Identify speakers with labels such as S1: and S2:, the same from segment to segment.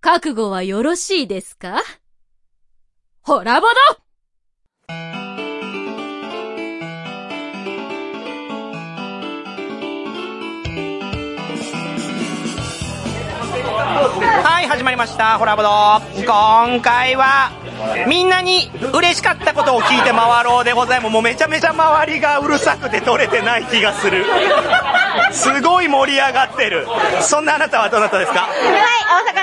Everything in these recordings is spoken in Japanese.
S1: 覚悟はよろしいですかほらぼど
S2: はい、始まりました。ホラボド。今回は、みんなに嬉しかったことを聞いて回ろうでございます。もうめちゃめちゃ周りがうるさくて取れてない気がする。すごい盛り上がってる。そんなあなたはどなたですか
S3: はい、大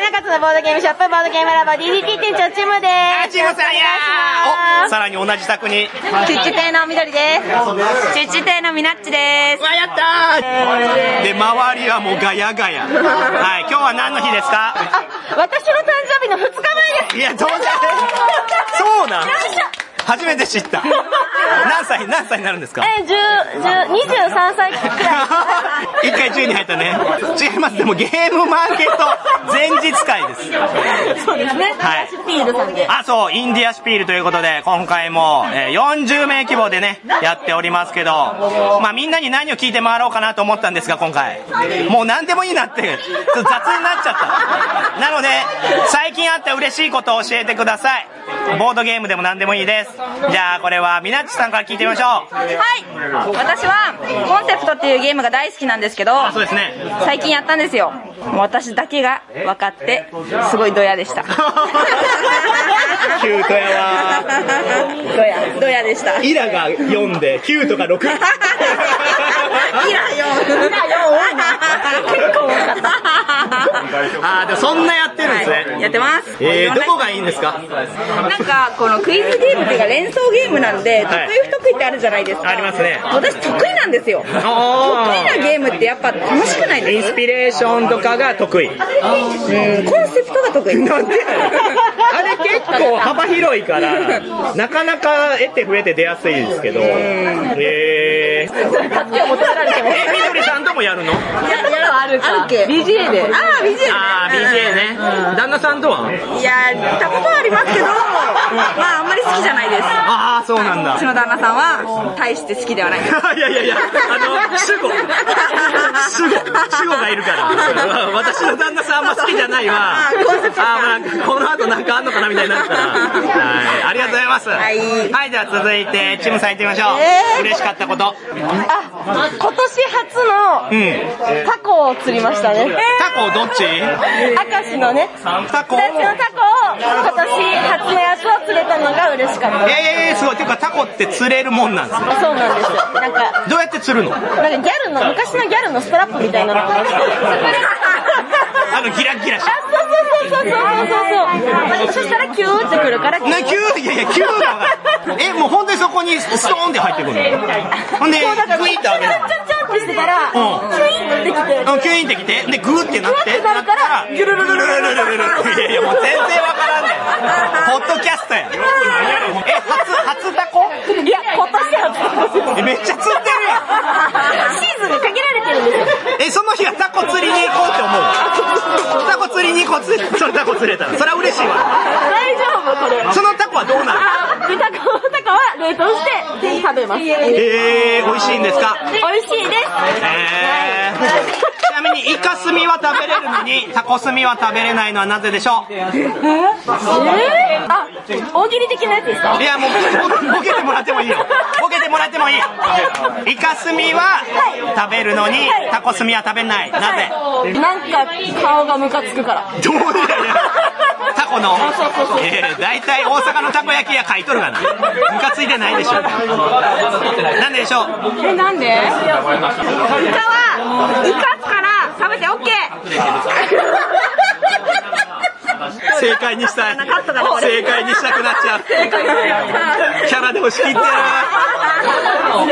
S3: 阪中津のボードゲームショップ、ボードゲームラボ DDT 店長チームで
S2: あ、
S3: す。
S2: チームさんやーお、さらに同じ宅に。
S3: チュッチュ亭の緑です。チュッチュ亭のみなっちです。
S2: わ、やったーで、周りはもうガヤガヤ。はい、今日は何の日ですか
S3: 私の誕生日の2日前です。
S2: いや、当然。そうなん初めて知った。何歳、何歳になるんですか
S3: え、十、十、23歳くらい。
S2: 一回10に入ったね。違います。でもゲームマーケット前日会です。
S3: そうですね。
S2: はい
S3: ピールさんで。
S2: あ、そう、インディアシピールということで、今回も、えー40名規模でね、やっておりますけど、まあみんなに何を聞いて回ろうかなと思ったんですが、今回。もう何でもいいなって、ちょっと雑に なっちゃった。なので、最近あった嬉しいことを教えてください。ボードゲームでも何でもいいです。じゃあ、これは、みなっちさんから聞いてみましょう。
S4: はい私はコンセプトっていうゲームが大好きなんですけど
S2: あ、そうですね。
S4: 最近やったんですよもう私だけが分かってすごいドヤでした
S2: キュートやわー。
S4: ドヤドヤでした
S2: イラが4で9とか6
S4: よイラよ多いな結構多かった
S2: ああでもそんなやってるんですね、
S4: はいやってます
S2: えー、どこがいいんですか
S4: なんかこのクイズゲームっていうか連想ゲームなんで得
S2: はい
S4: 意不得意ってあるじゃないですか
S2: あります ね
S4: 私得意なんですよ得意な
S2: あ
S4: ゲームってやっぱ楽しくない
S2: イン
S4: です
S2: スピレーションとかが得意
S4: うんコンセプトが得意
S2: なんであれ結構幅広いからなかなか得て増えて出やすいですけどえー、えみどりさんともやるの
S4: やったことあるか BGA でああ BGA ね
S2: ああ BJ ね旦那さんとはい
S4: ややったことはありますけどまああんまり好きじゃないです
S2: ああそうなんだ
S4: うちの旦那さんは大して好きではないです
S2: いやいやいや、あの、主語。主語、主語がいる から。私の旦那さんあんま好きじゃないわ。あ
S4: あーコンセプトか
S2: ー、なんかこの後なんかあんのかなみたいになるから。はい。ありがとうございます。はいはい、では続いて、チムさん行ってみましょう。
S3: えー
S2: 嬉しかったこと。
S3: あ、今年
S2: うん。
S3: 初のタコを釣りましたね。
S2: タコどっち
S3: 明石のね、
S2: タコ
S3: スタジオタコを今年初のやつを釣れたのが嬉しかっ
S2: いやいやいや、すごい。ていうかタコって釣れるもんなんですね。
S3: た。そうなんですよ。なんか、
S2: どうやって釣るのあ
S3: なんかギャルの、昔のギャルのストラップみたいなの。
S2: の、ギラギラし
S3: あそうそうそうそうそうそうそうそ
S2: て。
S3: うそしたらキューってくるから
S2: な、キューいやいや、キューが。え、もうほんとにそこにストーンって入ってく るのほんで、グイッて上げるの
S3: ちゃんちゃんってしてたら、
S2: うん
S3: キュインってきて
S2: うんキュインってきて、で、グーってなって。
S3: グーってなるから
S2: ギュルルルルルルルルルいやいや、もう全然わからんねん。ポッドキャストや。え、初、初タコ
S3: いや今年は
S2: え、めっちゃ釣ってる
S3: シーズンに限られてるんですよ
S2: やん。 え、その日はタコ釣りに行こうって思う。タコ釣りに行こう、釣それタコ釣れたら。それは嬉しいわ。
S3: 大丈夫これ
S2: そのタコはどうなる
S3: あ豚こ豚こは冷凍して食べます美味しいで
S2: えー、美味しいんですか
S3: す
S2: えー。ちなみに、イカスミは食べれるのに、タコスミは食べれないのはなぜでしょう
S3: えー、あ大喜利的なやつですか
S2: いやもうボボケてもらってもいいよボケてもらってもいいイカスミは食べるのにタコスミは食べないなぜ
S3: なんか顔がムカつくから
S2: どうやらタコのえー大体大阪のたこ焼き屋買い取るがなムカついてないでしょなんででしょう
S4: えなんでイカはイカから食べて OK
S2: 正解にしたい
S4: なかっただろ俺
S2: 正解にしたくなっちゃうキャラでも仕切ってるなは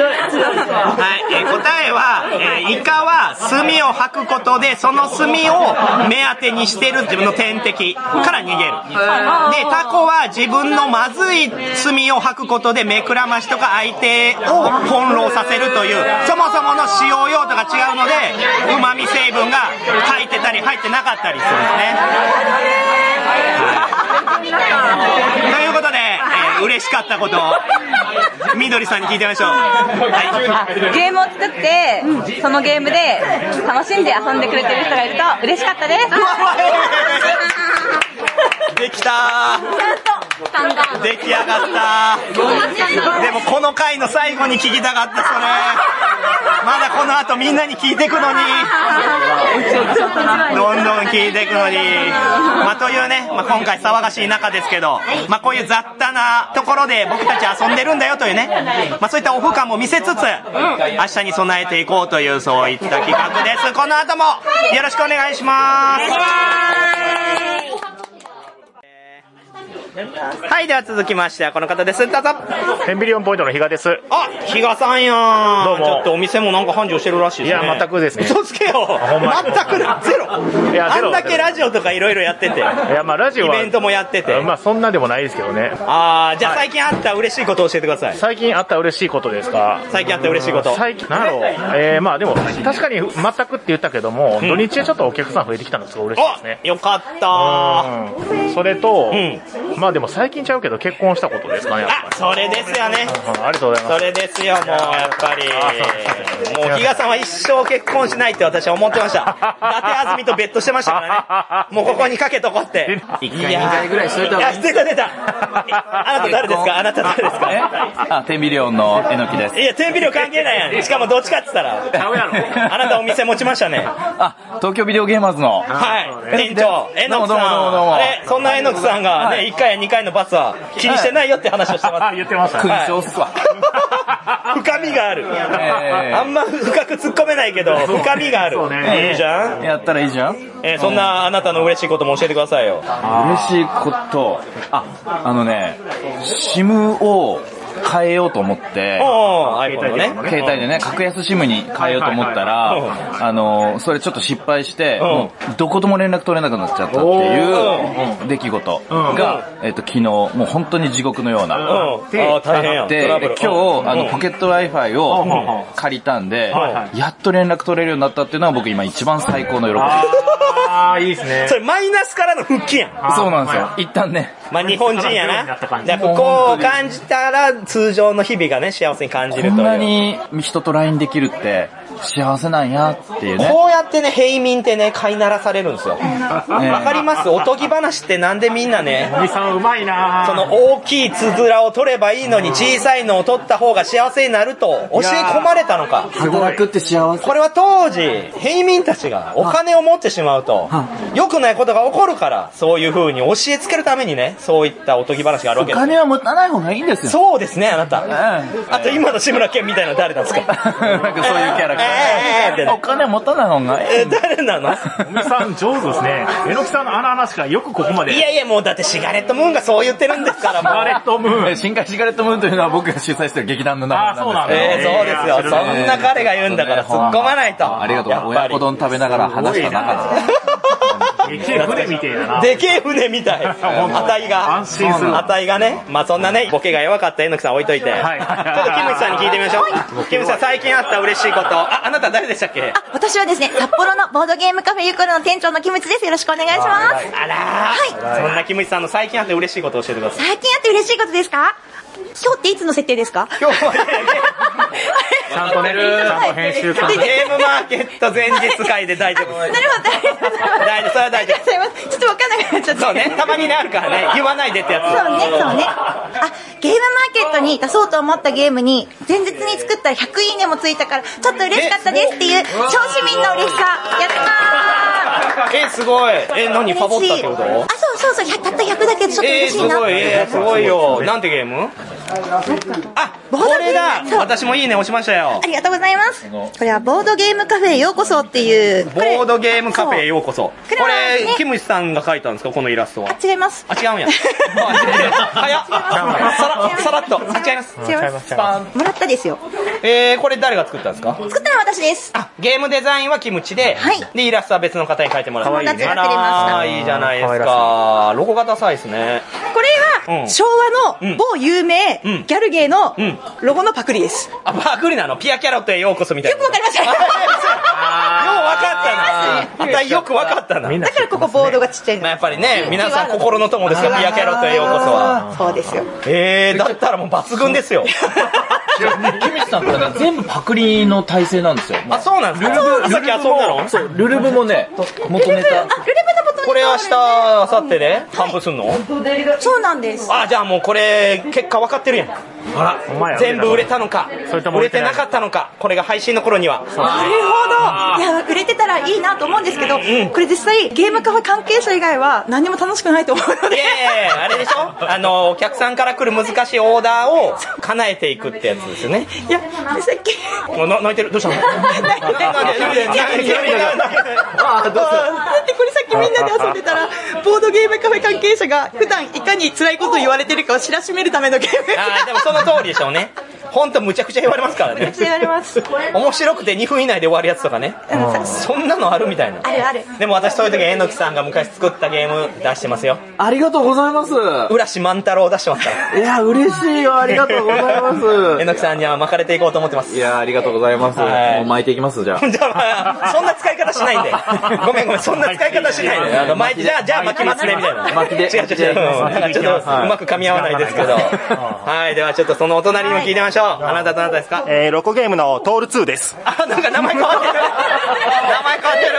S2: い、えー答えは、えーイカは炭を吐くことで、その炭を目当てにしてる自分の天敵から逃げる。で、タコは自分のまずい炭を吐くことで、目くらましとか相手を翻弄させるという、そもそもの使用用途が違うので、旨味成分が入ってたり入ってなかったりするんですね。ということで、えー嬉しかったことを、みどりさんに聞いてみましょう。はい
S4: ゲームを作ってそのゲームで 楽しんで遊んでくれてる人がいると嬉しかったです
S2: 嬉しかったです。もうこの回の最後に聞きたか った、それ。まだこの後みんなに聞いてくのに。どんどん聞いていくのに。まあ、というね、まあ、今回騒がしい中ですけど、まあ、こういう雑多なところで僕たち遊んでるんだよというね、まあ、そういったオフ感も見せつつ、明日に備えていこうという、そういった企画です。この後も、よろしくお願いします。はい、では続きましては、この方です。どうぞ。
S5: ヘンビリオンポイントの比嘉です。
S2: あ、比嘉さんやん。
S5: どうも
S2: ちょっとお店もなんか繁盛してるらしいですね。
S5: いや全くですね
S2: 嘘つけよ。
S5: ほんまに
S2: 全くな、ゼロ。
S5: いやゼロ
S2: あんだけラジオとかいろいろやってて。
S5: いや、まあラジオ
S2: イ
S5: は。
S2: ベントもやってて。
S5: まあそんなでもないですけどね。
S2: あー、じゃあ最近あった嬉しいこと教えてください。
S5: 最近あった嬉しいことですか
S2: 最近あった嬉しいこと。
S5: 最近、なんだろう。えー、まあでも、確かに全くって言ったけども、土日でちょっとお客さん増えてきたのがすごい嬉しいですね。
S2: およかったあ、
S5: うんそれと、
S2: う
S5: まあでも最近ちゃうけど結婚したことですかね、やっぱり。
S2: それですよね。
S5: うんありがとうございま
S2: そ
S5: す。
S2: れですよ、もう、やっぱり
S5: あそうです。ね
S2: もう、比嘉さんは一生結婚しないって私は思ってました。伊達あずみと別途してましたからね。もうここにかけとこって。
S6: 一回二回ぐらいしといた方がいい
S2: や出た出 た。あなた誰ですかあなた誰です
S6: え
S2: か
S6: あ、テンビリオンのえのきです。
S2: いや、天秤量関係ないやん。しかもどっちかって言ったら。あなたお店持ちましたね。
S6: あ、東京ビデオゲーマーズの。
S2: はい。店長、えのき
S6: ど
S2: さ。
S6: うもどうもどうんも
S2: あれ、そんなえのきさんがね、1回や2回の罰は気にしてないよって話をしてます。
S5: あ、言ってましたね。
S6: 勲章っすわ。
S2: 深みがある。
S6: ええ
S2: あんま 深く突っ込めないけど、深みがある
S5: そう。ね
S2: いいじゃん。
S6: やったらいいじゃん
S2: えーそんなあなたの嬉しいことも教えてくださいよ。
S6: 嬉しいこと。あ、あのね、シムを変えようと思って、
S2: おうおう、iPhone のね。
S6: 携帯でね、格安シムに変えようと思った
S2: はいはい
S6: ら、あの、それちょっと失敗して、
S2: うん
S6: もうどことも連絡取れなくなっちゃったっていう出来事が、えっと、昨日、もう本当に地獄のよう
S2: うん。
S6: な。
S2: あー大変やん。
S6: で、
S2: トラ
S6: 今
S2: ブル
S6: 日、あ
S2: う
S6: の、
S2: ん
S6: ポケット Wi-Fi を借りたんで
S2: はいは、
S6: やっと連絡取れるようになったっていうのは僕今一番最高の喜び。
S5: あー、いいですね
S2: そ。れマイナスからの復帰やん。
S6: そうなんですよ。一旦ね。
S2: まあ日本人やな。じゃあ
S6: もう
S2: 不幸を感じたら通常の日々がね、幸せに感じ
S6: こ
S2: ると
S6: んな
S2: いう。
S6: に人と LINE できるって幸せなんやっていうね。
S2: こうやってね、平民ってね、飼いならされるんですよ。わかりますおとぎ話ってなんでみんなね、
S5: おじさんうまいな
S2: その大きいつづらを取ればいいのに小さいのを取った方が幸せになると教え込まれたのか。
S6: 働くって幸せ。
S2: これは当時、平民たちがお金を持ってしまうと、良くないことが起こるから、そういう風に教えつけるためにね、そういったおとぎ話があるわ
S6: お
S2: けです。
S6: 金は持たない方がいいんですよ。
S2: そうですね、あな
S6: うん。
S2: た。
S6: なん
S2: あと今の志村けんみたいなの誰なん ですか
S6: かそういうキャラクタ
S2: えーえーえーって
S6: ー。お金持たない方がいい。
S2: え、誰なの
S5: おみさん上手ですね。えのきさんのあの話からよくここまで。
S2: いやいや、もうだってシガレットムーンがそう言ってるんですから、
S5: ガ
S2: も
S5: レ
S2: う。
S5: ットムーン
S6: え。ー深海シガレットムーンというのは僕が主催してる劇団の名前なんですけど
S2: えー、そうですよ。そんな彼が言うんだから突っ込まないと。
S6: ありがとう。親子
S2: やっ
S6: 丼食べながら話した中で。
S5: でけえ船みてえだな。
S2: ぱり でけえ船みたい。値が。
S5: 安心する。
S2: 値がね。まあそんなね、ボケが弱かった榎木さん置いといて。
S5: はい
S2: ちょっとキムチさんに聞いてみましょう。キムチさん、最近あった嬉しいこと。あ、あなた誰でしたっけ
S3: 私はですね、札幌のボードゲームカフェユーコルの店長のキムチです。よろしくお願いします。
S2: あらー。そんなキムチさんの最近あった嬉しいことを教えてください。
S3: 最近あって嬉しいことですか今日っていつの設定ですか
S2: 今日はね
S5: ちゃんとね、ちゃんと編集さんと。
S2: ゲームマーケット前日会で大丈夫 です。
S3: なるほど、ありがとうございます。
S2: 大丈夫、それは大丈夫。
S3: すいません。ちょっとわかんなくなっちゃった。
S2: そうね、たまにね、あるからね、言わないでってやつ。
S3: そうね、そうね。あ、ゲームマーケットに出そうと思ったゲームに、前日に作ったら100いいねもついたから、ちょっと嬉しかったですっていう、超市民の嬉しさ、やった
S2: え、すごい。え、何
S3: ー
S2: ファボったってこと
S3: 嬉しいあ、そうそうそう、たった100だけどちょっと
S2: えー、
S3: 嬉し
S2: す
S3: いな。
S2: ごい、えー、すごいよ。なんてゲームあ、これだ
S3: そう
S2: 私もいいね押しましたよ
S3: あ。りがとうございます。これはボードゲームカフェへようこそっていう。これ
S2: ボードゲームカフェへようこそ。
S3: そう
S2: こ
S3: これは
S2: れ、
S3: ね
S2: キムチさんが描いたんですかこのイラストは。
S3: そうあ違います。
S2: あ、違うんや。あ違う早っ。さら、さらっと。あ、違います。
S3: 違います。もらったですよ。
S2: えー、これ誰が作ったんですか
S3: 作ったのは私です。
S2: あ、ゲームデザインはキムチで、
S3: はい
S2: で、イラストは別の方に描いてもらった。
S3: 可愛いね
S2: あらーいいじゃないですか。ロゴがダサいですね。
S3: これ
S2: うん
S3: は、昭和の某有名
S2: うん
S3: ギャルゲーの
S2: うん
S3: ロゴのパクリです。
S2: あ、パクリなのピアキャロットへようこそみたいな。
S3: よくわかりました
S2: ようわかったな。あたよくわかったな。
S3: だからここボードがちっちゃい
S2: まあ、
S3: の。
S2: やっぱりね、皆さん心の友ですよ、ビアキャロットへようこそは。
S3: そうですよ。
S2: えー、だったらもう抜群ですよ。
S6: キミチさんからね、全部パクリの体制なんですよ。もう
S2: あ、そうなんですかさっき遊んだの
S6: そう、ルルブもね、元ネタ。
S3: ルレバのボトル
S2: これ明日、明後日で、ね、頒布すんの
S3: そうなんです。
S2: あ、じゃあもうこれ、結果分かってるやん。あ
S7: お前
S2: ら
S7: ら
S2: 全部売れたのか
S7: それとも
S2: 売
S7: 売
S2: れ
S7: れ
S2: て
S7: てない
S2: なかったのかこれが配信の頃には
S8: なるほどいや売れてたらいいなと思うんですけど、これ実際ゲームカフェ関係者以外は何も楽しくないと思うの
S2: い
S8: で
S2: やいやいやあれでし ょあのお客さんから来る難しいオーダーを叶えていくってやつですよね
S8: いやさっき
S2: もうな泣いてるどうしたの泣いてる泣いてる泣いてる
S8: だってこれさっきみんなで遊んでたらボードゲームカフェ関係者が普段いかに辛いことを言われてるかを知らしめるためのゲーム
S2: あーでもその通りでしょうね本当むちゃくちゃ言われますからね
S8: 言われます
S2: 面白くて2分以内で終わるやつとかねそんなのあるみたいな
S8: あるある
S2: でも私そういう時えのきさんが昔作ったゲーム出してますよ
S6: ありがとうございます。
S2: 浦島万太郎出してますから
S6: いや、嬉しいよ。ありがとうございます。
S2: えのきさんには巻かれていこうと思ってます
S6: いや、ありがとうございます。
S2: はい
S6: もう巻いていきます、じゃあ。
S2: じゃあ、まあ、そんな使い方しないんで。ごめんごめん、そんな使い方しないんで。あの、毎日、じゃあ、じゃあ巻きますね、みたいな。
S6: 巻きで
S2: 違う違う違う。うんなんかちょっと、うまく噛み合わないですけど。はい、ではちょっとそのお隣にも聞いてみましょう。あなたどなたですか
S7: えー、ロコゲームのトール2です。
S2: あ、なんか名前変わってる。名前変わってる。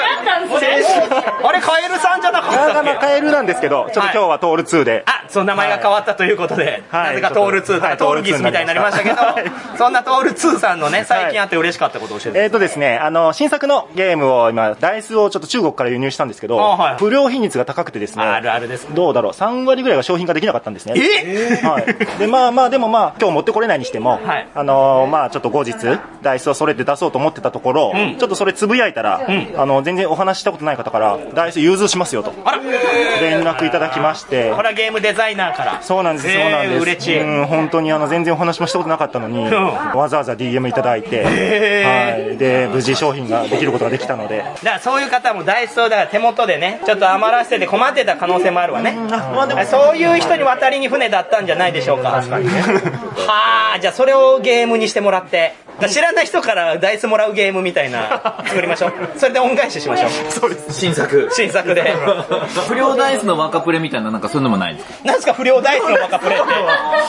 S2: あれ、カエルさんじゃなかったっけ
S7: カエルなんですけど、ちょっと今日はトール2で。
S2: あ、その名前が変わったということで、
S7: はい
S2: なぜかトール2、
S7: はい
S2: トールギスみたいになりましたけど、そんなトール2さんのね、最近あって嬉しかったことを教えて。
S7: えーとですね、あの、新作のゲームを今、ダイスをちょっと中国から輸入したんですけど、
S2: あはい
S7: 不良品率が高くてですね、
S2: あるあるです。
S7: どうだろう、3割ぐらいが商品化できなかったんですね。
S2: え
S7: はい。で、まあまあ、でもまあ、今日持ってこれないにしても、
S2: はい
S7: あのーまあ、ちょっと後日、ダイスをそれで出そうと思ってたところ、
S2: ん
S7: ちょっとそれつぶやいたら、あの、全然お話ししたことない方から、ダイス融通しますよと、
S2: あら
S7: 連絡いただきまして
S2: こ、れはゲームデザイナーから。
S7: そうなんです、
S2: えー
S7: そうなんです。
S2: 嬉しい
S7: うん、本当にあの、全然お話もしたことなかったのに、
S2: ん
S7: わざわざ DM いただいて、はい。で、無事商品ができることができたので、
S2: だからそういう方もダイスをだから手元でねちょっと余らせてて困ってた可能性もあるわねそういう人に渡りに船だったんじゃないでしょうか確かにねはあじゃあそれをゲームにしてもらってだから知らない人からダイスもらうゲームみたいな作りましょうそれで恩返ししましょうそうです
S6: 新作。
S2: 新作で
S9: 不良ダイスの若プレみたいな、なんかそういうのもないんですか
S2: 何すか不良ダイスのバカプレイって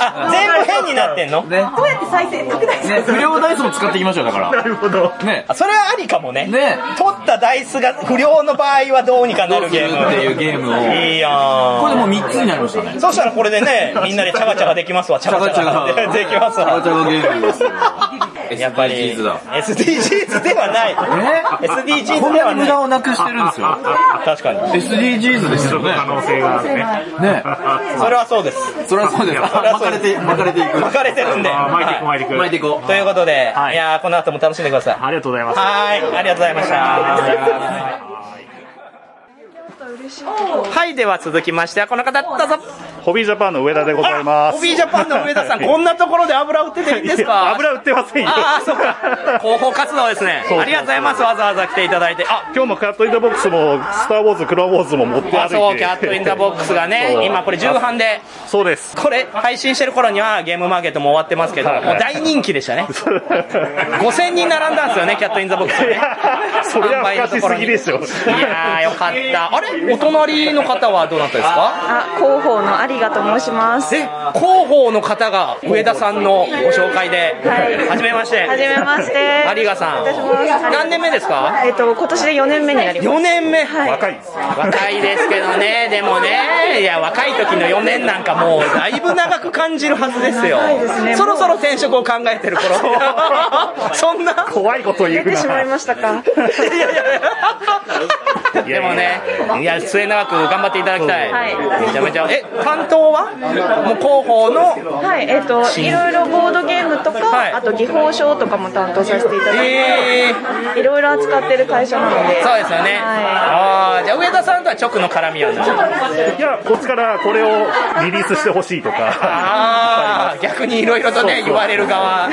S2: あ 全部変になってんの
S9: ね。
S8: どうやって再生拡大す
S9: ね、
S8: る
S9: 不良ダイスも使っていきましょう、だから。なるほど。ね。
S2: あそれはありかもね
S9: ね
S2: 取ったダイスが不良の場合はどうにかな
S9: どう
S2: る
S9: する
S2: ゲ
S9: っ
S2: ー
S9: て
S2: ム
S9: いうゲームを。
S2: いいやん
S9: これでもう3つになりましたね。
S2: そしたらこれでね、みんなでチャガチャガできますわ、チャガチャガ。 できます
S9: チャガチャ
S2: わ。
S9: ガゲームですよ。
S2: やっぱり、
S9: SDGs だ。
S2: SDGs ではない。
S9: え
S2: SDGs
S9: こん
S2: で
S9: な
S2: は
S9: に無
S2: ない。
S9: 駄をなくしてるんですよ。
S2: 確かに。
S9: SDGs ですよね。可能性があるね。
S2: それはそうです。
S9: ね。それはそうです。
S2: それは
S9: 巻
S2: そう
S9: か
S2: で
S9: れ
S2: す
S9: て、巻かれていく。
S2: 巻かれてるんで。はい
S9: 巻いていこう。
S2: ということで、
S7: はい
S2: いやーこの後も楽しんでください。
S7: ありがとうございま
S2: はい、ありがとうございました。はい、では続きましてはこの方、どうぞ。
S7: ホビージャパンの上田でございます。
S2: ホビージャパンの上田さん、こんなところで油売ってていいんですか
S7: 油売ってませんよ。
S2: ああ、そうか。広報活動ですね。
S7: そうそう
S2: ありがとうございます。わざわざ来ていただいて。あ、
S7: 今日もカットインダボックスも、スター・ウォーズ、クローン・ウォーズも持って歩いて。
S2: あそう、キャットインザボックスが
S7: そう
S2: ね、今これ重版で、
S7: そうです。
S2: これ配信してる頃にはゲームマーケットも終わってますけど、もう大人気 でしたね。5000人並んだんですよね、キャットインザボックスね。
S7: それは昔すぎでしょ。
S2: 販売のところにいやー、よかった。あれお隣の方はどうなったですか
S4: あ広報の有賀と申します
S2: え、広報の方が上田さんのご紹介で、
S4: はい
S2: はじめまして。
S4: はじめまして
S2: 有賀さん。
S4: 失礼します
S2: 何年目ですか
S4: えっと今年で4年目になります
S2: 4年目、
S7: 若いです。
S2: 若いですけどねでもねいや若い時の4年なんかもうだいぶ長く感じるはずですよ
S4: いですね
S2: そろそろ転職を考えてる頃 そんな
S7: 怖いこと言う
S4: 出
S7: な。
S4: てしまいましたか
S2: いやいやいや でもねいや末永く頑張っていただきたい、
S4: はい
S2: めちゃめちゃえ担当はもう広報の
S4: はいえっ、といろいろボードゲームとか、
S2: はい
S4: あと技法書とかも担当させていただいて、
S2: え
S4: いろいろ扱ってる会社なので
S2: そうですよね、
S4: は
S2: ああじゃあ上田さんとは直の絡みやんだ
S7: いや、こっちからこれをリリースしてほしいとか。
S2: ああ逆にいろいろとね言われる側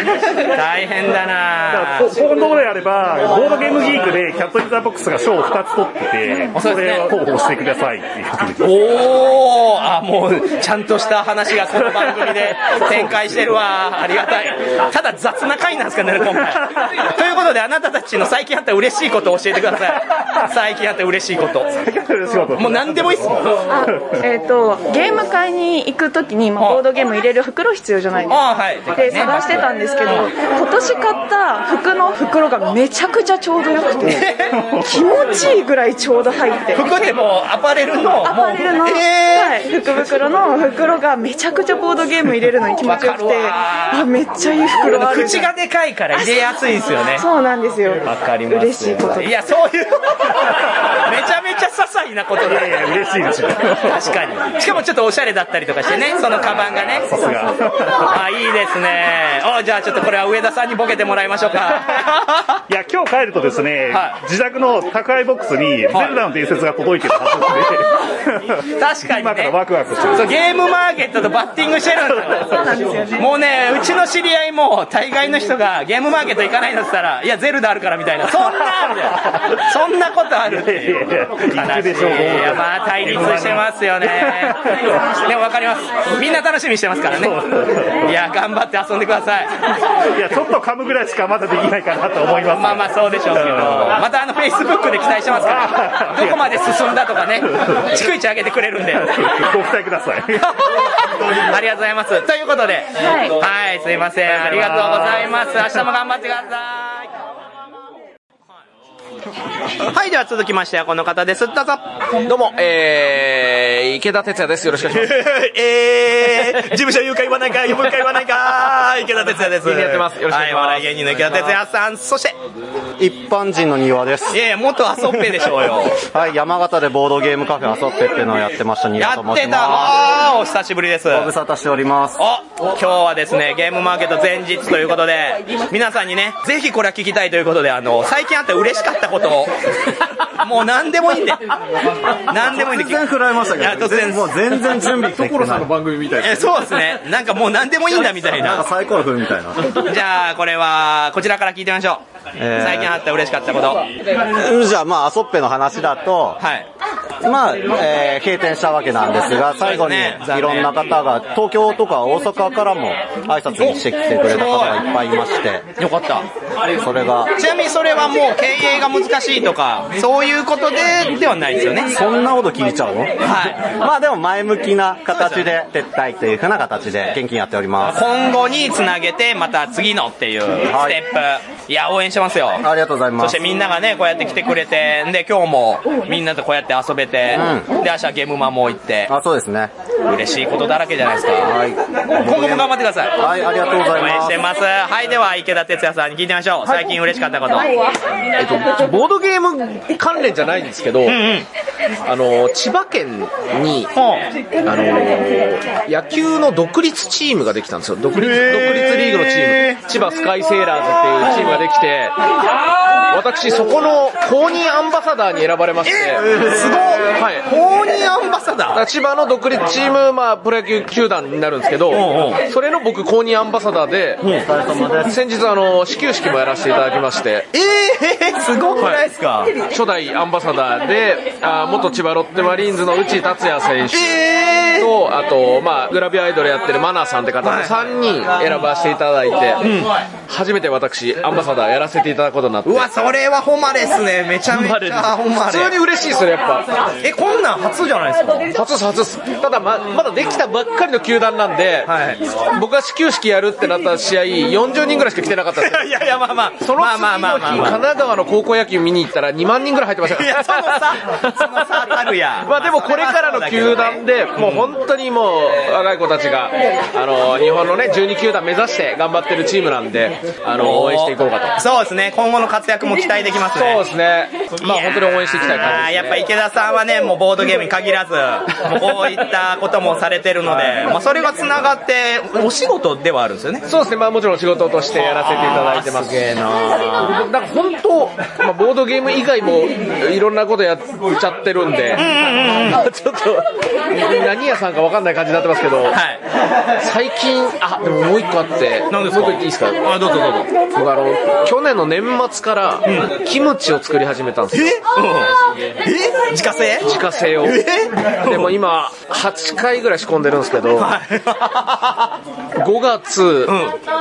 S2: 大変だな
S7: ここのところであれば、ボードゲームギークでキャットインザボックスが賞を2つ取ってて、
S2: そ
S7: そう
S2: ですね
S7: れを広報してくださいっていう感じです。
S2: おおあもうちゃんとした話がこの番組で展開してるわありがたいただ雑な回なんですかね今回ということであなたたちの最近あった嬉しいことを教えてください最近あった嬉しいこと
S7: 仕事
S2: もう何でもいいっすあ
S4: いえっ、とゲーム会に行く時に、まあ、ボードゲーム入れる袋必要じゃないですか
S2: あはい
S4: で探してたんですけど今年買った服の袋がめちゃくちゃちょうどよくて気持ちいいぐらいちょうど入って
S2: 服ってもうアパレルの
S4: アパレル
S2: もう
S4: の、はい
S2: え
S4: はい、福袋の袋がめちゃくちゃボードゲーム入れるのに気持ちよくて、あ、めっちゃいい袋あるじ
S2: 口
S4: ゃん。
S2: がでかいから入れやすいんですよね。
S4: そうなんですよ。
S2: わかります。
S4: 嬉しいこと
S2: いや、そういう、めちゃめちゃ些細なことだよ。嬉しいですよ。確かに。しかもちょっとおしゃれだったりとかしてね、そのカバンがね。さすが。あ、いいですね。おじゃあちょっとこれは上田さんにボケてもらいましょうか。
S10: いや、今日帰るとですね、
S2: はい
S10: 自宅の宅配ボックスに、ゼルダの伝説が届いてるはずで、
S2: 確かにね
S10: 今からワクワクしてます
S2: そうゲームマーケットとバッティングしてるんだもうねうちの知り合いも大概の人がゲームマーケット行かないのって言ったら「いやゼルダあるから」みたいな「そんな!」みたいな「そんなことある」っていう
S10: いやいや行くでしょう
S2: いやまあ対立してますよねでも分かりますみんな楽しみにしてますからねいや頑張って遊んでください
S10: いや、ちょっと噛むぐらいしかまだできないかなと思います。
S2: まあまあそうでしょうけどまたあのフェイスブックで期待してますからどこまで進んだとかね逐一上げてくれるんで
S10: ご期待ください。
S2: ありがとうございます。ということで、はい、すいません。ありがとうございます。明日も頑張ってください。はい、では続きましてはこの方です。どうぞ。
S6: どうも、えー、池田哲也です。よろしくお願いします。
S2: えー、事務所言うか言わないか、言うか言わな いか、池田哲也です。
S6: やってますよろしくお願いします
S2: はお笑い芸人の池田哲也さん、そして、
S11: 一般人の庭です。
S2: いやいや、元アソッペでしょうよ。
S11: はい、山形でボードゲームカフェあそってっていうのをやってました、庭
S2: や
S11: と
S2: っ
S11: 申してま
S2: た
S11: す。
S2: あーお久しぶりです。
S11: ご無沙汰しております。
S2: お今日はですね、ゲームマーケット前日ということで、皆さんにね、ぜひこれは聞きたいということで、あの、最近あって嬉しかったことを、もう何でもいいんで、何でもいいんで、
S11: 突然振られましたけど、
S2: いや突然です
S11: もう全然準備でき てない。
S6: 番組みたい
S2: えそうですね、なんかもう何でもいいんだみたい
S11: なんか
S2: な。
S11: サイコロ振るみたいな。
S2: じゃあ、これは、こちらから聞いてみましょう。
S11: えー
S2: 最近あった嬉しかったこと。 は
S11: じゃあまあ、アソッペの話だと、
S2: い。
S11: まあ、えー、閉店したわけなんですが、最後に
S2: そうですね
S11: いろんな方が、東京とか大阪からも挨拶にしてきてくれた方がいっぱいいまして、
S2: よかった。
S11: それが、
S2: ちなみにそれはもう経営が難しいとか、そういうことで、ではないですよね。
S11: そんなこと聞いちゃうの
S2: はい
S11: まあでも前向きな形で撤退というふうな形で現金やっております。
S2: 今後につなげて、また次のっていうステップ。い、や、応援してますよ。
S11: ありがとうございま
S2: そ
S11: す。
S2: してみんながね、こうやって来てくれて、で、今日もみんなとこうやって遊べて、
S11: う
S2: で、明日はゲームマンも行って、
S11: あ、そうですね。
S2: 嬉しいことだらけじゃないですか。
S11: はい。
S2: 今後も頑張ってください。
S11: はい、ありがとうござい
S2: 応援
S11: ま
S2: し
S11: す
S2: て。ます。はい、では池田哲也さんに聞いてみましょう。最近嬉しかったこと。
S6: ボードゲーム関連じゃないんですけど、あの、千葉県に、あの、野球の独立チームができたんですよ。独立、独立リーグのチーム。千葉スカイセーラーズっていうチームができて、私、そこの公認アンバサダーに選ばれまして、すごい、はい、
S2: 公認アンバサ
S6: だ
S2: ダ
S6: から千葉の独立チーム、まあ、プロ野球球団になるんですけど、それの僕、公認アンバサダーで、先日、あの、始球式もやらせていただきまして、
S2: ええー、すごくないですか、
S6: 初代アンバサダーで、あー元千葉ロッテマリーンズの内達也選手と、あと、まあ、グラビアアイドルやってるマナーさんって方の3人選ばせていただいて、初めて私、アンバサダーやらせていただくことになって、
S2: うわ、それは誉れっすね。めちゃめちゃ
S6: 普
S2: 誉
S6: 通に
S2: れ。
S6: 嬉しいですね、やっぱ。
S2: え、こんなん初じゃないですか
S6: 初っす初っすただままだできたばっかりの球団なんで、
S2: はい
S6: 僕が始球式やるってなった試合40人ぐらいしか来てなかったんですよ
S2: いやいや、まあまあ、
S6: その
S2: まあ
S6: 次
S2: まあま
S6: の
S2: あ
S6: 日
S2: まあ
S6: 神
S2: まあ。
S6: 奈川の高校野球見に行ったら2万人ぐらい入ってましたか
S2: い
S6: ら
S2: や、その差、その差たるや。
S6: まあでもこれからの球団で、もう本当にもう若い子たちが、あの、日本のね、12球団目指して頑張ってるチームなんで、あの、応援していこうかと。
S2: そうですね、今後の活躍も期待できますね。
S6: そうですね。まあ本当に応援していきたい感じです、ね。
S2: やーやっぱ池田さんはね、もうボードゲームに 限らず、もうこういったこともされてるので、まあそれが繋がって、お仕事ではあるんですよね。
S6: そうですね、まあもちろん仕事としてやらせていただいてます。すげえななんか本当、まあボードゲーム以外もいろんなことやっちゃってるんで、まあ ちょっと、何屋さんかわかんない感じになってますけど、
S2: はい。
S6: 最近、あ、でももう一個あって、
S2: 何ですか
S6: もう一個言っていいですか
S2: あ、どうぞどうぞ。
S6: 僕あの、去年の年末から、キムチを作り始めたんです
S2: え
S6: よ。
S2: え自家製
S6: 自家製を。でも今、8回ぐらい仕込んでるんですけど、 5月、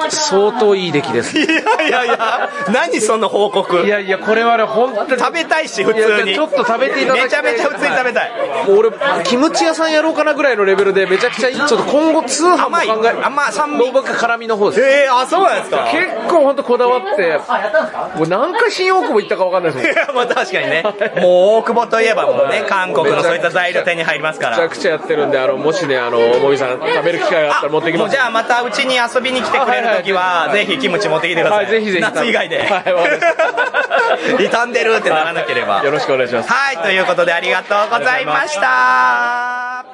S6: 相当いい出来です。い
S2: やいやいや、何その報告。
S6: いやいや、これはね、本当に。
S2: 食べたいし、普通
S6: い
S2: に。
S6: やちょっと食べていただきたい
S2: めちゃめちゃ普通に食べたい。
S6: もう俺、キムチ屋さんやろうかなぐらいのレベルで、めちゃくちゃいい。ちょっと今後通販も考え、あんま酸味。僕は辛味の方です。
S2: えーあそうなんですか
S6: 結構本当こだわって、もう何回新大久保行ったか分かんないですもん。
S2: いや、もう確かにね。 もう大久保といえばもうね、韓国のそういった材料手に入りますか
S6: めちゃ
S2: ら。
S6: くちゃやってるんで、あの、もしね、あの、もみさん食べる機会があったら持ってき
S2: も
S6: ま
S2: う
S6: す。
S2: じゃあまたうちに遊びに来てくれるときは、ぜひキムチ持ってきてください。
S6: はいぜひぜひ
S2: 夏以外で。
S6: はいわかりま
S2: 傷んでるってならなければ。
S6: よろしくお願いします。
S2: はい、ということでありがとうございました。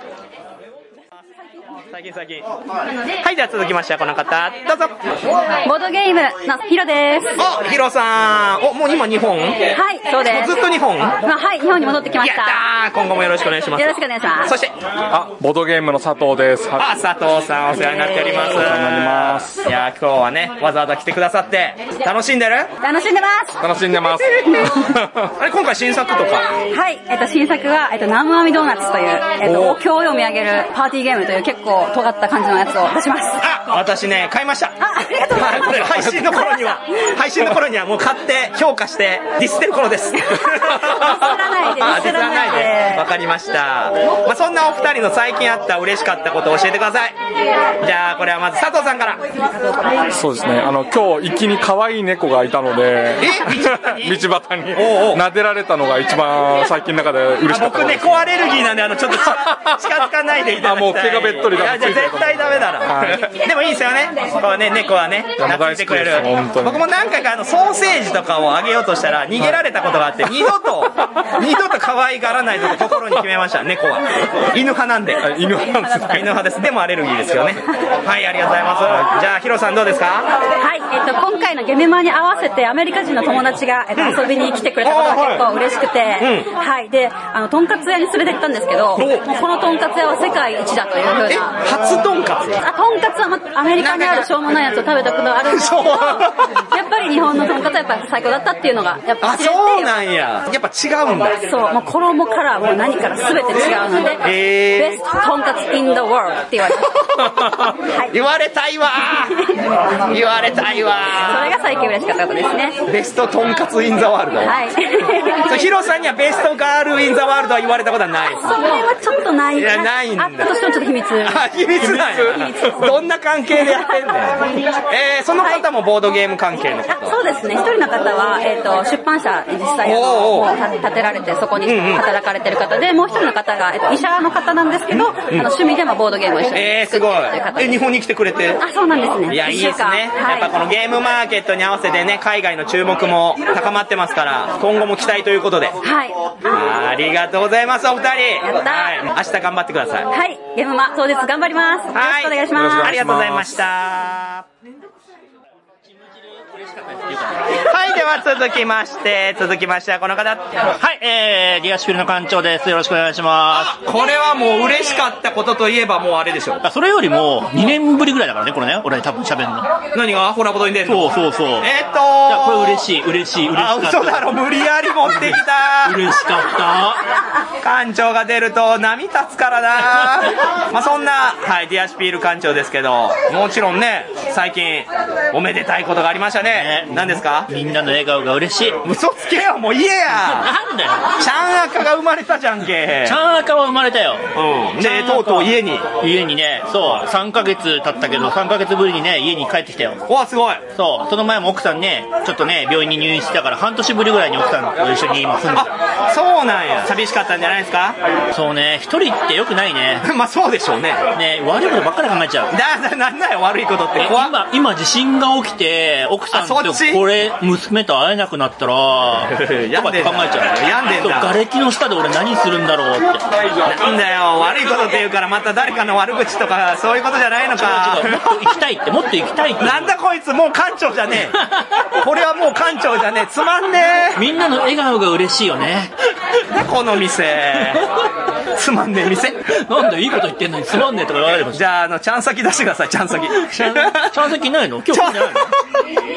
S2: 先先。はい、じゃあ続きましてはこの方、どうぞ。
S12: ボードゲームのヒロです。
S2: お、ヒロさん。お、もう今日本
S12: はい、そうです。
S2: ずっと日本
S12: まあ、はい、日本に戻ってきました。
S2: あー今後もよろしくお願いします。
S12: よろしくお願いします
S2: そして、
S13: あ、ボードゲームの佐藤です。
S2: あ、佐藤さんお世話になっております。
S13: お世話になります。
S2: いやー、今日はね、わざわざ来てくださって、楽しんでる
S12: 楽しんでます。
S13: 楽しんでます。
S2: あれ、今回新作とか。
S12: はい、えっと、新作は、えっと、南無編みドーナツという、えっと、お経を読み上げるパーティーゲームという結構尖った感じのやつを出します。
S2: あ、私ね、買いました。あ、ありがとうございます。これ配信の頃には、配信の頃にはもう買って、評価して、ディスってる頃です。ディスら
S12: ない
S2: デ
S12: で
S2: ィスらないで。わかりました。まあ、そんなお二人の最近あった嬉しかったことを教えてください。じゃあ、これはまず佐藤さんから。
S13: そうですね。あの、今日、一気に可愛い猫がいたので、道端に、撫でられたのが一番最近の中で嬉しか
S2: あ
S13: ったこ
S2: 僕
S13: とで
S2: ね、
S13: す。
S2: 子アレルギーなんで、あの、ちょっと 近近づかないでいただきたい。
S13: あもう毛がべっとり
S2: いや、
S13: が
S2: じゃあ絶対ダメだ
S13: は
S2: な。でもいいですよね。こうね、猫はね、
S13: やもう
S2: 懐いてくれる
S13: 大好きです本当。に
S2: 僕も何回かあの、ソーセージとかをあげようとしたら、逃げられたことがあって、二度と、二度と可愛がらないぞと心に決めました、猫は。犬派なんで。
S13: 犬派です
S2: 犬派です。でもアレルギーですよね。はい、ありがとうございます。じゃあ、ヒロさんどうですか
S12: はい、えっと、今回のゲメマに合わせてアメリカ人の友達が、えっと、遊びに来てくれたことが結構嬉しくて、
S2: うん
S12: はい、で、あの、とんかつ屋に連れて行ったんですけど、もうこのとんかつ屋は世界一だというふうな。
S2: 初とんかつ
S12: あ、とんかつは、ま、アメリカにあるしょうもないやつを食べたことあるんですけど、 やっぱり日本のとんかつはやっぱ最高だったっていうのが、やっぱ
S2: あ、
S12: 知れて、
S2: そうなんや。やっぱ違うんだ。
S12: そう、もう衣からもう何から全て違うので、
S2: へー
S12: ベストとんかつ in the world って言われて、
S2: 言われたいわー言われたいわー
S12: それが最近嬉しかったことですね。
S2: ベストとんかつインザワールド。
S12: はい。
S2: そうヒロさんにはベストガールインザワールドは言われたことはない。
S12: それはちょっとない。
S2: いやないんだ
S12: あったとしてもちょっと秘密。
S2: あ秘密なんや。どんな関係でやってんねん。えー、その方もボードゲーム関係の方。
S12: そうですね、一人の方は、えっと出版社に実際あ
S2: お
S12: の
S2: ー
S12: もうた建てられてそこに
S2: うんうん
S12: 働かれてる方でもう一人の方が、えっと医者の方なんですけど、あの趣味でもボードゲームを一緒に
S2: えー、すごい。え、日本に来てくれて。
S12: あそうなんですね
S2: いや、い
S12: 一
S2: い
S12: 週
S2: ですね。
S12: 間は
S2: やっ
S12: い
S2: ぱこのゲームマーケットに合わせてね、海外の注目も高まってますから、今後も期待ということで。
S12: はい
S2: ありがとうございます、お二人。はい。明日頑張ってください。
S12: はいゲームマ当日頑張りますよろしくお願いします
S2: ありがとうございま した。はい、では続きまして、続きましてはこの方。はい、えー、リアシフィルの館長です。よろしくお願いします。これはもう嬉しかったことといえばもうあれでしょ。
S5: あそれよりも、2年ぶりぐらいだからね、これね。俺多分喋るの。
S2: 何がアホなことに出る
S5: そうそうそう。
S2: えっと
S5: いや、これ嬉しい、嬉しい、嬉しか
S2: あ、
S5: った。
S2: 嘘だろ、無理やり持ってきた。
S5: 嬉しかった。
S2: 館長が出ると波立つからな。まあそんな、はい、ディアシュピール館長ですけど、もちろんね、最近、おめでたいことがありましたね。何ですか
S5: みんなの笑顔が嬉しい。
S2: 嘘つけよ、もう言えや。
S5: なんだよ。
S2: ちゃん赤が生まれたじゃんけ。
S5: ちゃん赤は生まれたよ。
S2: うん。ねとうとう家に。
S5: 家にね、そう、3ヶ月経ったけど、3ヶ月ぶりにね、家に帰ってきたよ。
S2: わ、すごい。
S5: そう、その前も奥さんね、ちょっとね、病院に入院してたから、半年ぶりぐらいに奥さんと一緒に今住んでた。
S2: そうなんや。寂しかったんじゃないですか
S5: そうね、一人って良くないね。
S2: まあそうでしょうね。
S5: ね、悪いことばっかり考えちゃう。
S2: だ、な、なんだよ、悪いことって。
S5: え今、今地震が起きて、奥さんとこれ、娘と会えなくなった ら、とかって考えちゃう。
S2: 病んでんだ
S5: そう瓦礫の下で俺何するんだろうって。
S2: なんだよ、悪いことって言うから、また誰かの悪口とか、そういうことじゃないのか。
S5: 違う違うもっと行きたいって、もっと行きたいって。
S2: なんだこいつ、もう館長じゃねえ。これはもう館長じゃねえ。つまんねえ。
S5: みんなの笑顔が嬉しいよね。
S2: この店。つまんねえ店。
S5: なんだいいこと言ってんのにつまんねえとか言われる
S2: じゃあ、あの、ちゃん先出してください、ちゃん先。
S5: ちゃん、ちゃん先ないの今日来てないの
S2: と。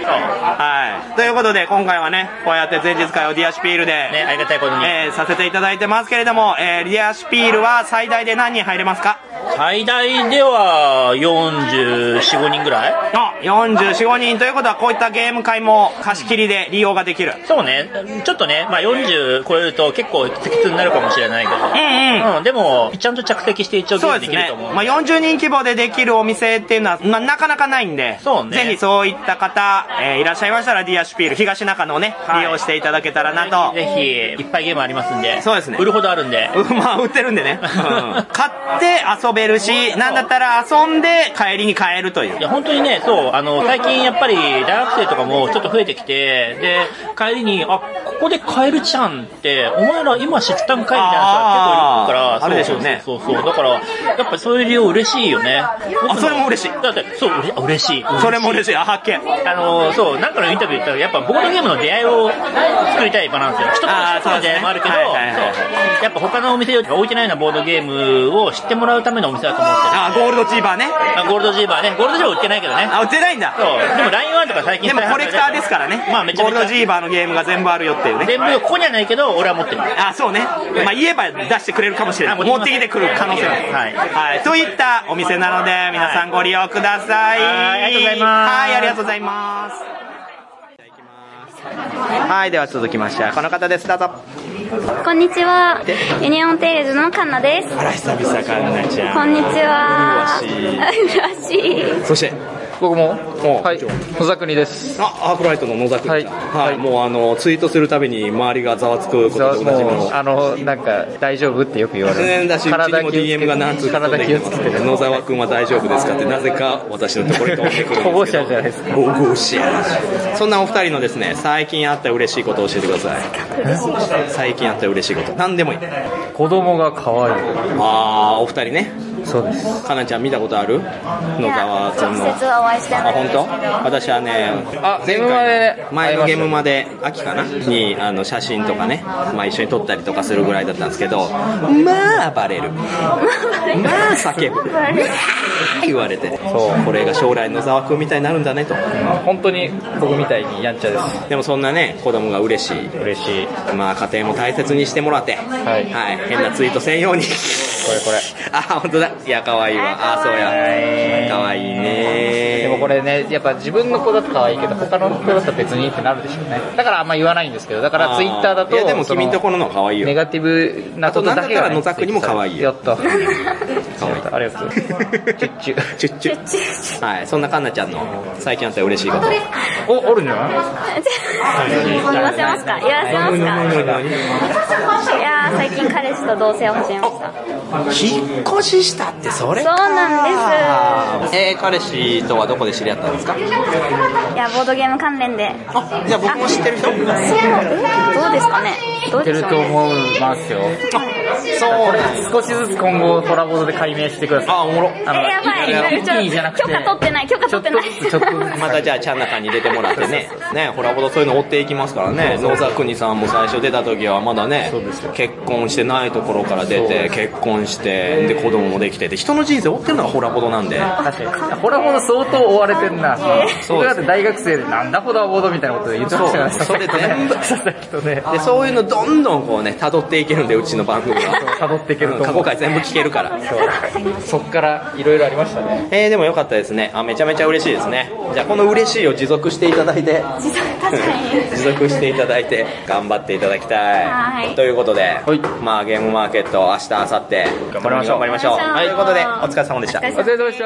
S2: はい。ということで、今回はね、こうやって前日会をディアシピールで、ね、ありがたいことに。えーさせていただいてますけれども、えー、ディアシピールは最大で何人入れますか
S5: 最大では44、5人ぐらい
S2: あ、44、5人ということは、こういったゲーム会も貸し切りで利用ができる。
S5: そうね。ちょっとね、まあ40超えると結構適当になるかもしれないけど。うんうん。でも、ちゃんと着席して一応ゲームできると思う。
S2: まあ、40人規模でできるお店っていうのは、まあ、なかなかないんで、ぜひそういった方、えーいらっしゃいましたら、ディアシュピール東中野をね、利用していただけたらなと。
S5: ぜひ、いっぱいゲームありますんで。
S2: そうですね。
S5: 売るほどあるんで。
S2: まあ、売ってるんで ね。買って遊べるし、なんだったら遊んで帰りに帰るという。
S5: いや、本当にね、そう、あの、最近やっぱり大学生とかもちょっと増えてきて、で、帰りに、あ、ここで買えるじゃんって、お前ら今知ったんかいみたいな人が結構いるから、
S2: あーあるでしょうね
S5: そうそうそうそう。だから、やっぱそういう利用嬉しいよね。あ、それも嬉しい。だって、そう、うれ嬉しい。
S2: それも嬉しい。あ、発見。
S5: あの、そう、なんかのインタビューで言ったら、やっぱボードゲームの出会いを作りたい場なんですよ。人と人との出会いもあるけど、そうやっぱ他のお店より置いてないようなボードゲームを知ってもらうためのお店だと思ってる。
S2: あ、ゴールドジーバーね。
S5: ゴールドジーバーね。ゴールドジーバー売ってないけどね。あ、
S2: 売ってないんだ。
S5: そう。でもラインワンとか最近
S2: でもコレクターですからね。
S5: まあめちゃめちゃ。
S2: ゴールドジーバーのゲームが全部あるよっていうね。
S5: 全部、ここにはないけど、俺は持ってる。
S2: あ、そうね。まあ言えば出してくれるかもしれない。持ってきてくる可能性もある。はい。はい。といったお店なので、皆さんご利用ください。
S5: はいありがとうございます
S2: はい、ありがとうございます。はい、では続きまして、この方です。どうぞ。
S14: こんにちは。ユニオンテイルズのカンナです。
S2: あら、久々かんなちゃん。
S14: こんにちは。
S2: 麗
S14: しい。
S2: そして、
S15: 僕も、はい、野沢国です。
S2: あ、アークライトの野沢君。はい。はい。もうあの、ツイートするたびに周りがざわつくことでおなじみ
S15: もう、あの、なんか、大丈夫ってよく言われ
S2: 然
S15: る。
S2: だし、うちにも DM が何通か
S15: 体気をつけて。
S2: 野沢君は大丈夫ですかって、なぜか私のところに飛んでくるんですけど。 保護者
S15: じゃないです
S2: か。保護者。そんなお二人のですね、最近あった嬉しいことを教えてください。最近あった嬉しいこと。何でもいい。
S15: 子供が可愛い。
S2: あー、お二人ね。
S15: そうです。
S2: かなちゃん見たことある野沢君の。
S14: 直接はお会いして
S2: あ、
S14: ない
S2: 本
S14: ですけ
S2: 当
S14: ど。？
S2: 私はね、前回の前のゲームまで秋かなにあの写真とかね、まあ一緒に撮ったりとかするぐらいだったんですけど、まあバレる。まあ叫ぶ。 まあ言われて、そうこれが将来の沢君みたいになるんだねと。
S15: 本当に僕みたいにやんちゃです。
S2: でもそんなね、子供が嬉しい。
S15: 嬉しい。
S2: まあ家庭も大切にしてもらって、はい、変なツイートせんように。これこれ。 あ、本当だ。いや、可愛いわ。あ、そうや。可愛いね。
S15: でもこれね、やっぱ自分の子だと可愛いけど、他の子だと別にってなるでしょうね。だからあんま言わないんですけど、だからツイッターだと、
S2: いやでも君んところの可愛いよ。
S15: ネガティブなことだけ
S2: あとなんだったら野田君にも可愛い
S15: よ。やった。
S2: 可愛い
S15: ありがとうございます。チュッ
S2: チュ。チュッチュ。はい、そんなかんなちゃんの最近あったら嬉しいこ
S14: 本当です
S2: と。
S14: か
S15: お、おるんじゃない
S14: 言わせますか言わせますかいやー最近彼氏と同棲を始めました
S2: 引っ越ししたってそれ
S14: そうなんで
S2: えー、彼氏とはどこで知り合ったんですか
S14: すいやボードゲーム関連であ
S2: じゃあ僕も知ってる人そう
S14: どうですかねどう
S15: てる
S14: でしょう
S15: と
S14: ね
S15: 思いますよ。そうです。少しずつ今後、トラボードで解明してください。あ、
S2: おもろ。
S15: あの、
S14: えやばい
S15: 一気にじゃなく
S14: 許可取ってない許可取ってない
S15: ちょっと
S2: またじゃあ、ちゃん中に入れてもらってね。ね、ホラボドそういうの追っていきますからね。野沢邦さんも最初出た時はまだね、結婚してないところから出て、結婚して、で、子供もできてて、人の人生追ってるのがホラボドなんで。
S15: 確かに。ホラボード相当追われてんな。
S2: そう
S15: 僕だって大学生でなんだホラボードみたいなこと言ってましたから
S2: そう それ全部
S15: 佐々木とね。
S2: で、そういうのどんどんこうね、辿っていけるんで、うちの番組は。
S15: 辿っていけると
S2: 過
S15: 思
S2: 去
S15: う。
S2: 回全部聞けるから。
S15: そっからいろいろありましたね。
S2: えー、でもよかったですね。あ、めちゃめちゃ嬉しいですね。じゃあ、この嬉しいを持続していただいて。持続、していただいて、頑張っていただきた。
S14: はいい
S2: ということで、まあ、ゲームマーケット、明日、明後日、頑張りましょう。頑張りましょう。はい、ということで、お疲れ様でした。
S14: お疲れ様でした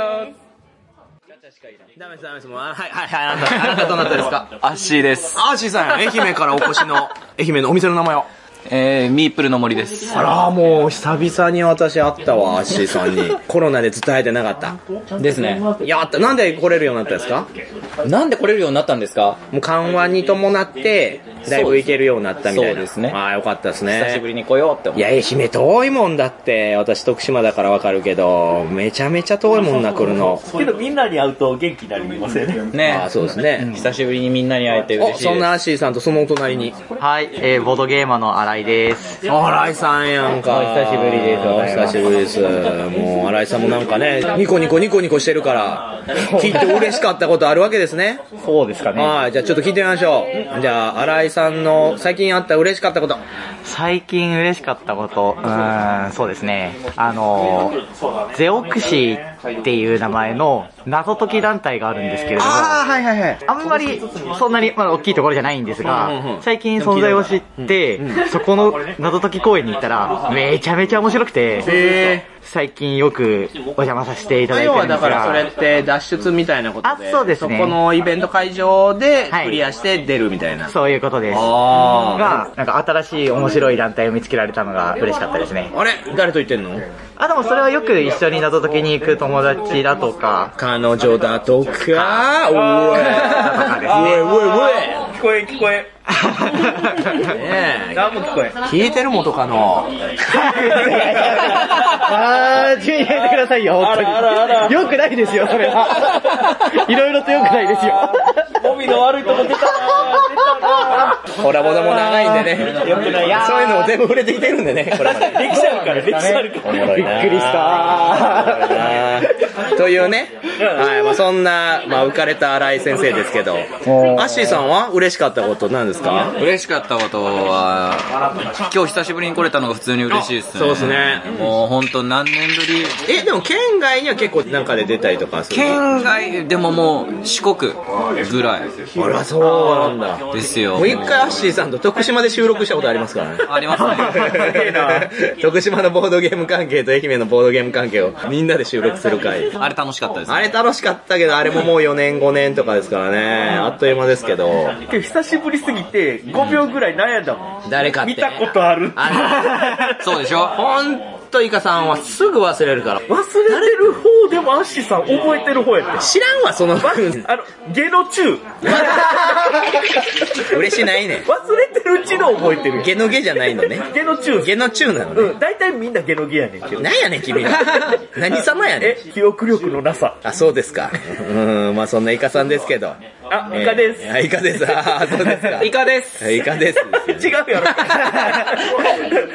S2: ダメです、ダメです。もう、あはい、はい、はい、あなた、あなたどなたですか
S9: アッシーです。
S2: アーシーさん、 愛媛からお越しの、愛媛のお店の名前を。
S9: えー、ミープルの森です。
S2: あら、もう、久々に私会ったわ、アッシーさんに。コロナでずっと会えてなかった。ですね。やった。なんで来れるようになったんですか
S16: なんで来れるようになったんですか
S2: もう緩和に伴って、だいぶ行けるようになったみたいな。
S16: そうですね
S2: ああ、よかったですね。
S16: 久しぶりに来ようって思
S2: いや、愛媛遠いもんだって。私、徳島だからわかるけど、めちゃめちゃ遠いもんな、来るの。
S5: けどみんなに会うと元気になりますよね。
S16: ね。
S2: あそうですね。
S16: 久しぶりにみんなに会えて嬉しい
S2: お、そんなアッシーさんとそのお隣に。
S17: はい、えー、ボードゲーマーの荒
S10: 新井です。
S2: 新井さんやんか。
S10: お久しぶりです
S2: お久しぶりです。もう、新井さんもなんかね、ニコニコニコニコしてるから、きっと嬉しかったことあるわけですね。そうですかね。はい、じゃあちょっと聞いてみましょう。じゃあ、新井さんの最近あった嬉しかったこと。
S10: 最近嬉しかったこと、うーん、そうですね。あの、ゼオクシーっていう名前の謎解き団体があるんですけれども、
S2: あー、はいはいはい。
S10: あんまり、そんなに、まあ、大きいところじゃないんです
S2: うんうんう
S10: が
S2: ん、
S10: 最近存在を知って、そこの謎解き公演に行ったら、めちゃめちゃ面白くて、最近よくお邪魔させていただいて
S2: 要
S10: る
S2: は
S10: んで
S2: だ
S10: す
S2: からそれ
S10: が
S2: っ、て脱出みたいなことで、
S10: あそうですね
S2: そこのイベント会場でクリアして出るみたいな。
S10: そういうことです。
S2: あー
S10: が、なんか新しい面白い団体を見つけられたのが嬉しかったですね。
S2: あれ誰と言ってんの
S10: あ、でもそれはよく一緒に謎解きに行く友達だとか。
S2: 彼女だとか、うえ。うえうえうえ。
S10: 聞こえ聞こえ。
S2: ねえ
S10: 何も聞こえ。
S2: 聞いてる元カノ。
S10: あー、順位入れてくださいよ、本当に。よくないですよ、それは。いろいろとよくないですよ。
S2: 帯の悪いとこ出たコラボでも長いんでね。よくない。そういうのも全部触れてきてるんでね、これまで。できちゃうから、できちゃうから。びっくりした。
S10: という
S2: ね。はい、まあそんな、まあ浮かれた新井先生ですけど、アッシーさんは嬉しかったことなんですか
S6: 嬉しかったことは、今日久しぶりに来れたのが普通に嬉しいですね。
S2: そうですね。
S6: もう本当何年ぶり。
S2: え、でも県外には結構なんかで出たりとかする
S6: 県外、でももう四国ぐらい。
S2: あら、そうなんだ。
S6: ですよ。
S2: もう一回アッシーさんと徳島で収録したことありますからね。
S6: ありますね。
S2: 徳島のボードゲーム関係と愛媛のボードゲーム関係をみんなで収録する回。
S6: あれ楽しかったです。
S2: あれ楽しかったけど、あれももう4年5年とかですからね。あっという間ですけど。
S5: 久しぶりすぎて、5秒ぐらい悩んだもん。
S2: 誰かって。
S5: 見たことある
S2: そうでしょほんとイカさんはすぐ忘れるから。
S5: 忘れてる方でもアッシーさん覚えてる方やって。
S2: 知らんわ、その
S5: あの、ゲノチュ
S2: 嬉しないね。
S5: 忘れてるうちの覚えてる。
S2: ゲノゲじゃないのね。
S5: ゲノチュ
S2: ゲノチュなのね。
S5: うん、大体みんなゲノゲやねんけど。
S2: なんやね ん君ら何様やねん
S5: え、記憶力のなさ。
S2: あ、そうですか。うん、まあそんなイカさんですけど。
S5: あ、イカです。
S2: えーあイカです。あーそうですか。イ カです。イカです。
S5: 違うやろ。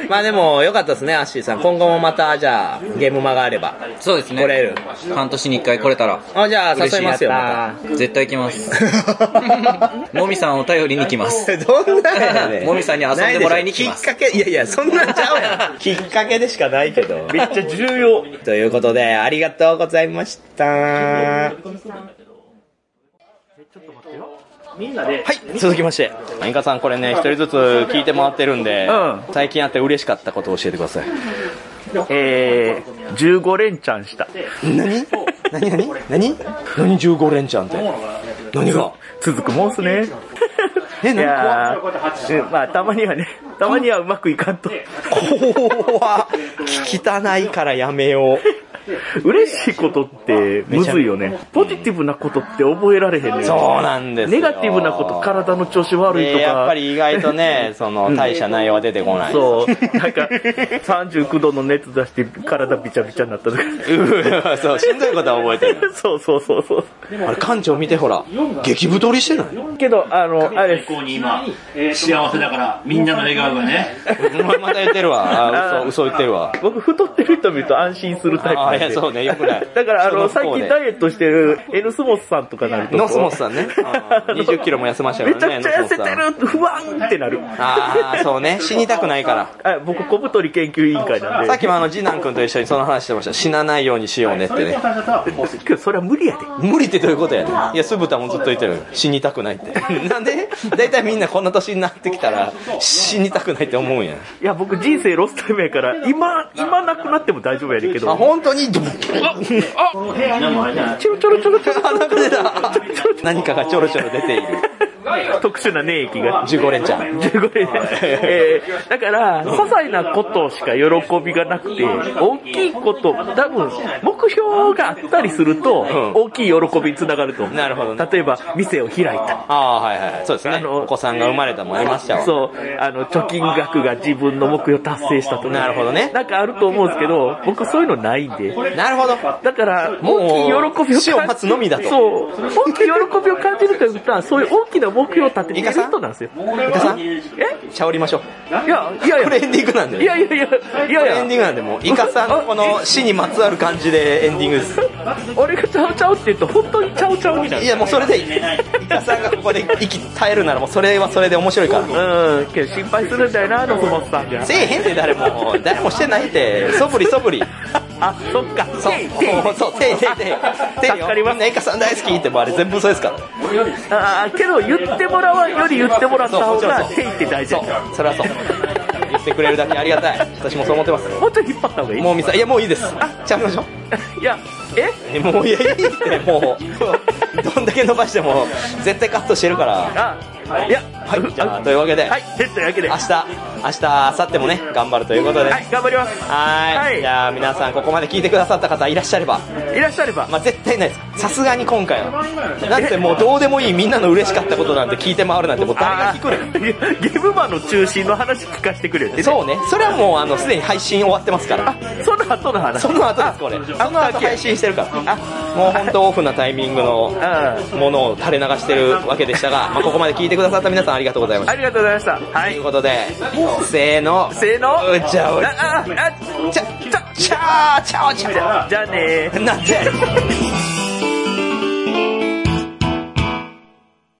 S2: まあでも、よかったですね、アッシーさん。今後もまた、じゃあ、ゲーム間があれば。
S6: そうですね。
S2: 来れる。
S6: 半年に一回来れたら。
S2: あ、じゃあ、
S6: 嬉
S2: 誘
S6: し
S2: いますよ、ま
S6: やった絶対来ます。 もみさんを頼りに来ます。
S2: どんなんやね ん
S6: もみさんに遊んでもらいに来ます。
S2: きっかけ、いやいや、そんなんちゃうや ん。きっかけでしかないけど。
S5: めっちゃ重要。
S2: ということで、ありがとうございました。
S5: みんなで、
S2: 続きまして、イカさんこれね、一人ずつ聞いてもらってるんで、最近あって嬉しかったことを教えてください。
S5: えー、15連チャンした。
S2: 何何何何何15連チャンって。何が
S5: 続くもんすね。
S2: え、
S5: なんまあ、たまにはね、たまにはうまくいかんと。
S2: 怖汚いからやめよ
S5: う。嬉しいことって、むずいよね。ポジティブなことって覚えられへんねん
S2: そうなんです
S5: ネ
S2: よ
S5: ガティブなこと、体の調子悪いとか。
S2: でやっぱり意外とね、その、大した内容は出てこない。
S5: そう。なんか、39度の熱出して体びちゃびちゃになったとか。
S2: うそう、しんどいことは覚えてる。
S5: そうそうそうそう。
S2: あれ、館長見てほら、激太りしてない
S5: けど、あの、あれ。
S18: ここに今、幸せだから、みんなの笑顔がね。
S2: また言ってるわ。あ嘘、嘘言ってるわ。
S5: 僕、太ってる人見ると安心するタイプなんで
S2: あいやそうねよくない
S5: だから、あの、
S2: その
S5: 最
S2: 不幸で
S5: 近ダイエットしてる、エヌスモスさんとかなると。
S2: ノスモスさんね。20キロも痩せました
S5: め
S2: か
S5: ちゃ
S2: らね、
S5: くちゃ痩せて
S2: ノスモスさん。
S5: る不安ってなる。。
S2: あーそうね死にたくないから
S5: 僕、小太り研究委員会なんで。
S2: さっきもあの、次男君と一緒にその話してました。死なないようにしようねってね。
S5: けどそれは無理やで。
S2: 無理ってどういうことやねん。いや、酢豚もずっと言ってる。死にたくないって。 なんで大体みんなこんな年になってきたら、死にたくないって思うんやん。
S5: いや、僕、人生ロスタイムやから、今、今なくなっても大丈夫やねんけど。
S2: あ本当に
S5: ちょろちょろちょろちょろ。
S2: 何かがちょろちょろ出ている。
S5: 特殊な粘液が。
S2: 15連チャン。
S5: 15連チャン。えー、だから、些細なことしか喜びがなくて、大きいこと、多分、目標があったりすると、大きい喜びにつながると思う。なるほど、例えば、店を開いた。
S2: ああー、はいはいはい。そうですね。お子さんが生まれたもんありましたわ。
S5: そう、あの、貯金額が自分の目標達成したとか。なるほどね。なんかあると思うんですけど、僕そういうのないんで。
S2: なるほど。
S5: だから、大きい喜びを感じ
S2: 死を待つのみだと
S5: そう。大きい喜びを感じるということは、そういう大きな目標を立ててる人なんですよ。
S2: イカさんえしゃおりましょう。
S5: いや、いやいや。
S2: これエンディングなんで。
S5: いやいやいや、い
S2: こ
S5: やい
S2: れ
S5: や。
S2: エンディングなんで、もう、イカさんのこの死にまつわる感じでエンディングです。
S5: 俺がちゃうちゃうって言うと、本当にちゃうちゃうになる。
S2: いや、もうそれで、イカさんがここで息絶えるなら、もうそれはそれで面白いから。
S5: うん、けど心配するんだよな、ロコモスさんが。
S2: せえへんって誰も、誰もしてないって、そぶりそぶり。
S5: あ、そっか、
S2: そう、そう、そう、せいせいせい。せいよ、みんなイカさん大好きって、もうあれ全部そうですから。
S5: あーけど言ってもらわんより言ってもらった方が
S2: そう
S5: 手いって大事だから
S2: それはそう。言ってくれるだけありがたい。私もそう思ってます。
S5: もうちょい引っ張った方がいい
S2: もうみさん、いや、もういいです。ちゃんとしょう。
S5: いや
S2: えもういいって、もう、どんだけ伸ばしても、絶対カットしてるから。
S5: あいや
S2: はい、じゃあ、というわけで。はい、
S5: というわけで。
S2: 明日、明日、明後日もね、頑張るということで。
S5: はい頑張ります
S2: はーい。じゃあ、皆さん、ここまで聞いてくださった方いらっしゃれば。
S5: いらっしゃれば。
S2: まあ、絶対ないです。さすがに今回は。だってもう、どうでもいいみんなの嬉しかったことなんて聞いて回るなんて、もう誰が聞くねん。
S5: ゲームマンの中心の話聞かせてくれってね
S2: そうね。それはもう、あの、すでに配信終わってますから。
S5: その後の話
S2: その後です、これ。その後配信してるから。もう本当オフなタイミングのものを垂れ流してるわけでした が、まあ、ここまで聞いてくださった皆さんありがとうございました。
S5: ありがとうございましたはい
S2: ということで、せーの。
S5: せーの
S2: うちゃお
S5: あああ
S2: ちゃ、ちゃ、ちゃーちゃおちゃ
S5: じゃあね
S2: なんで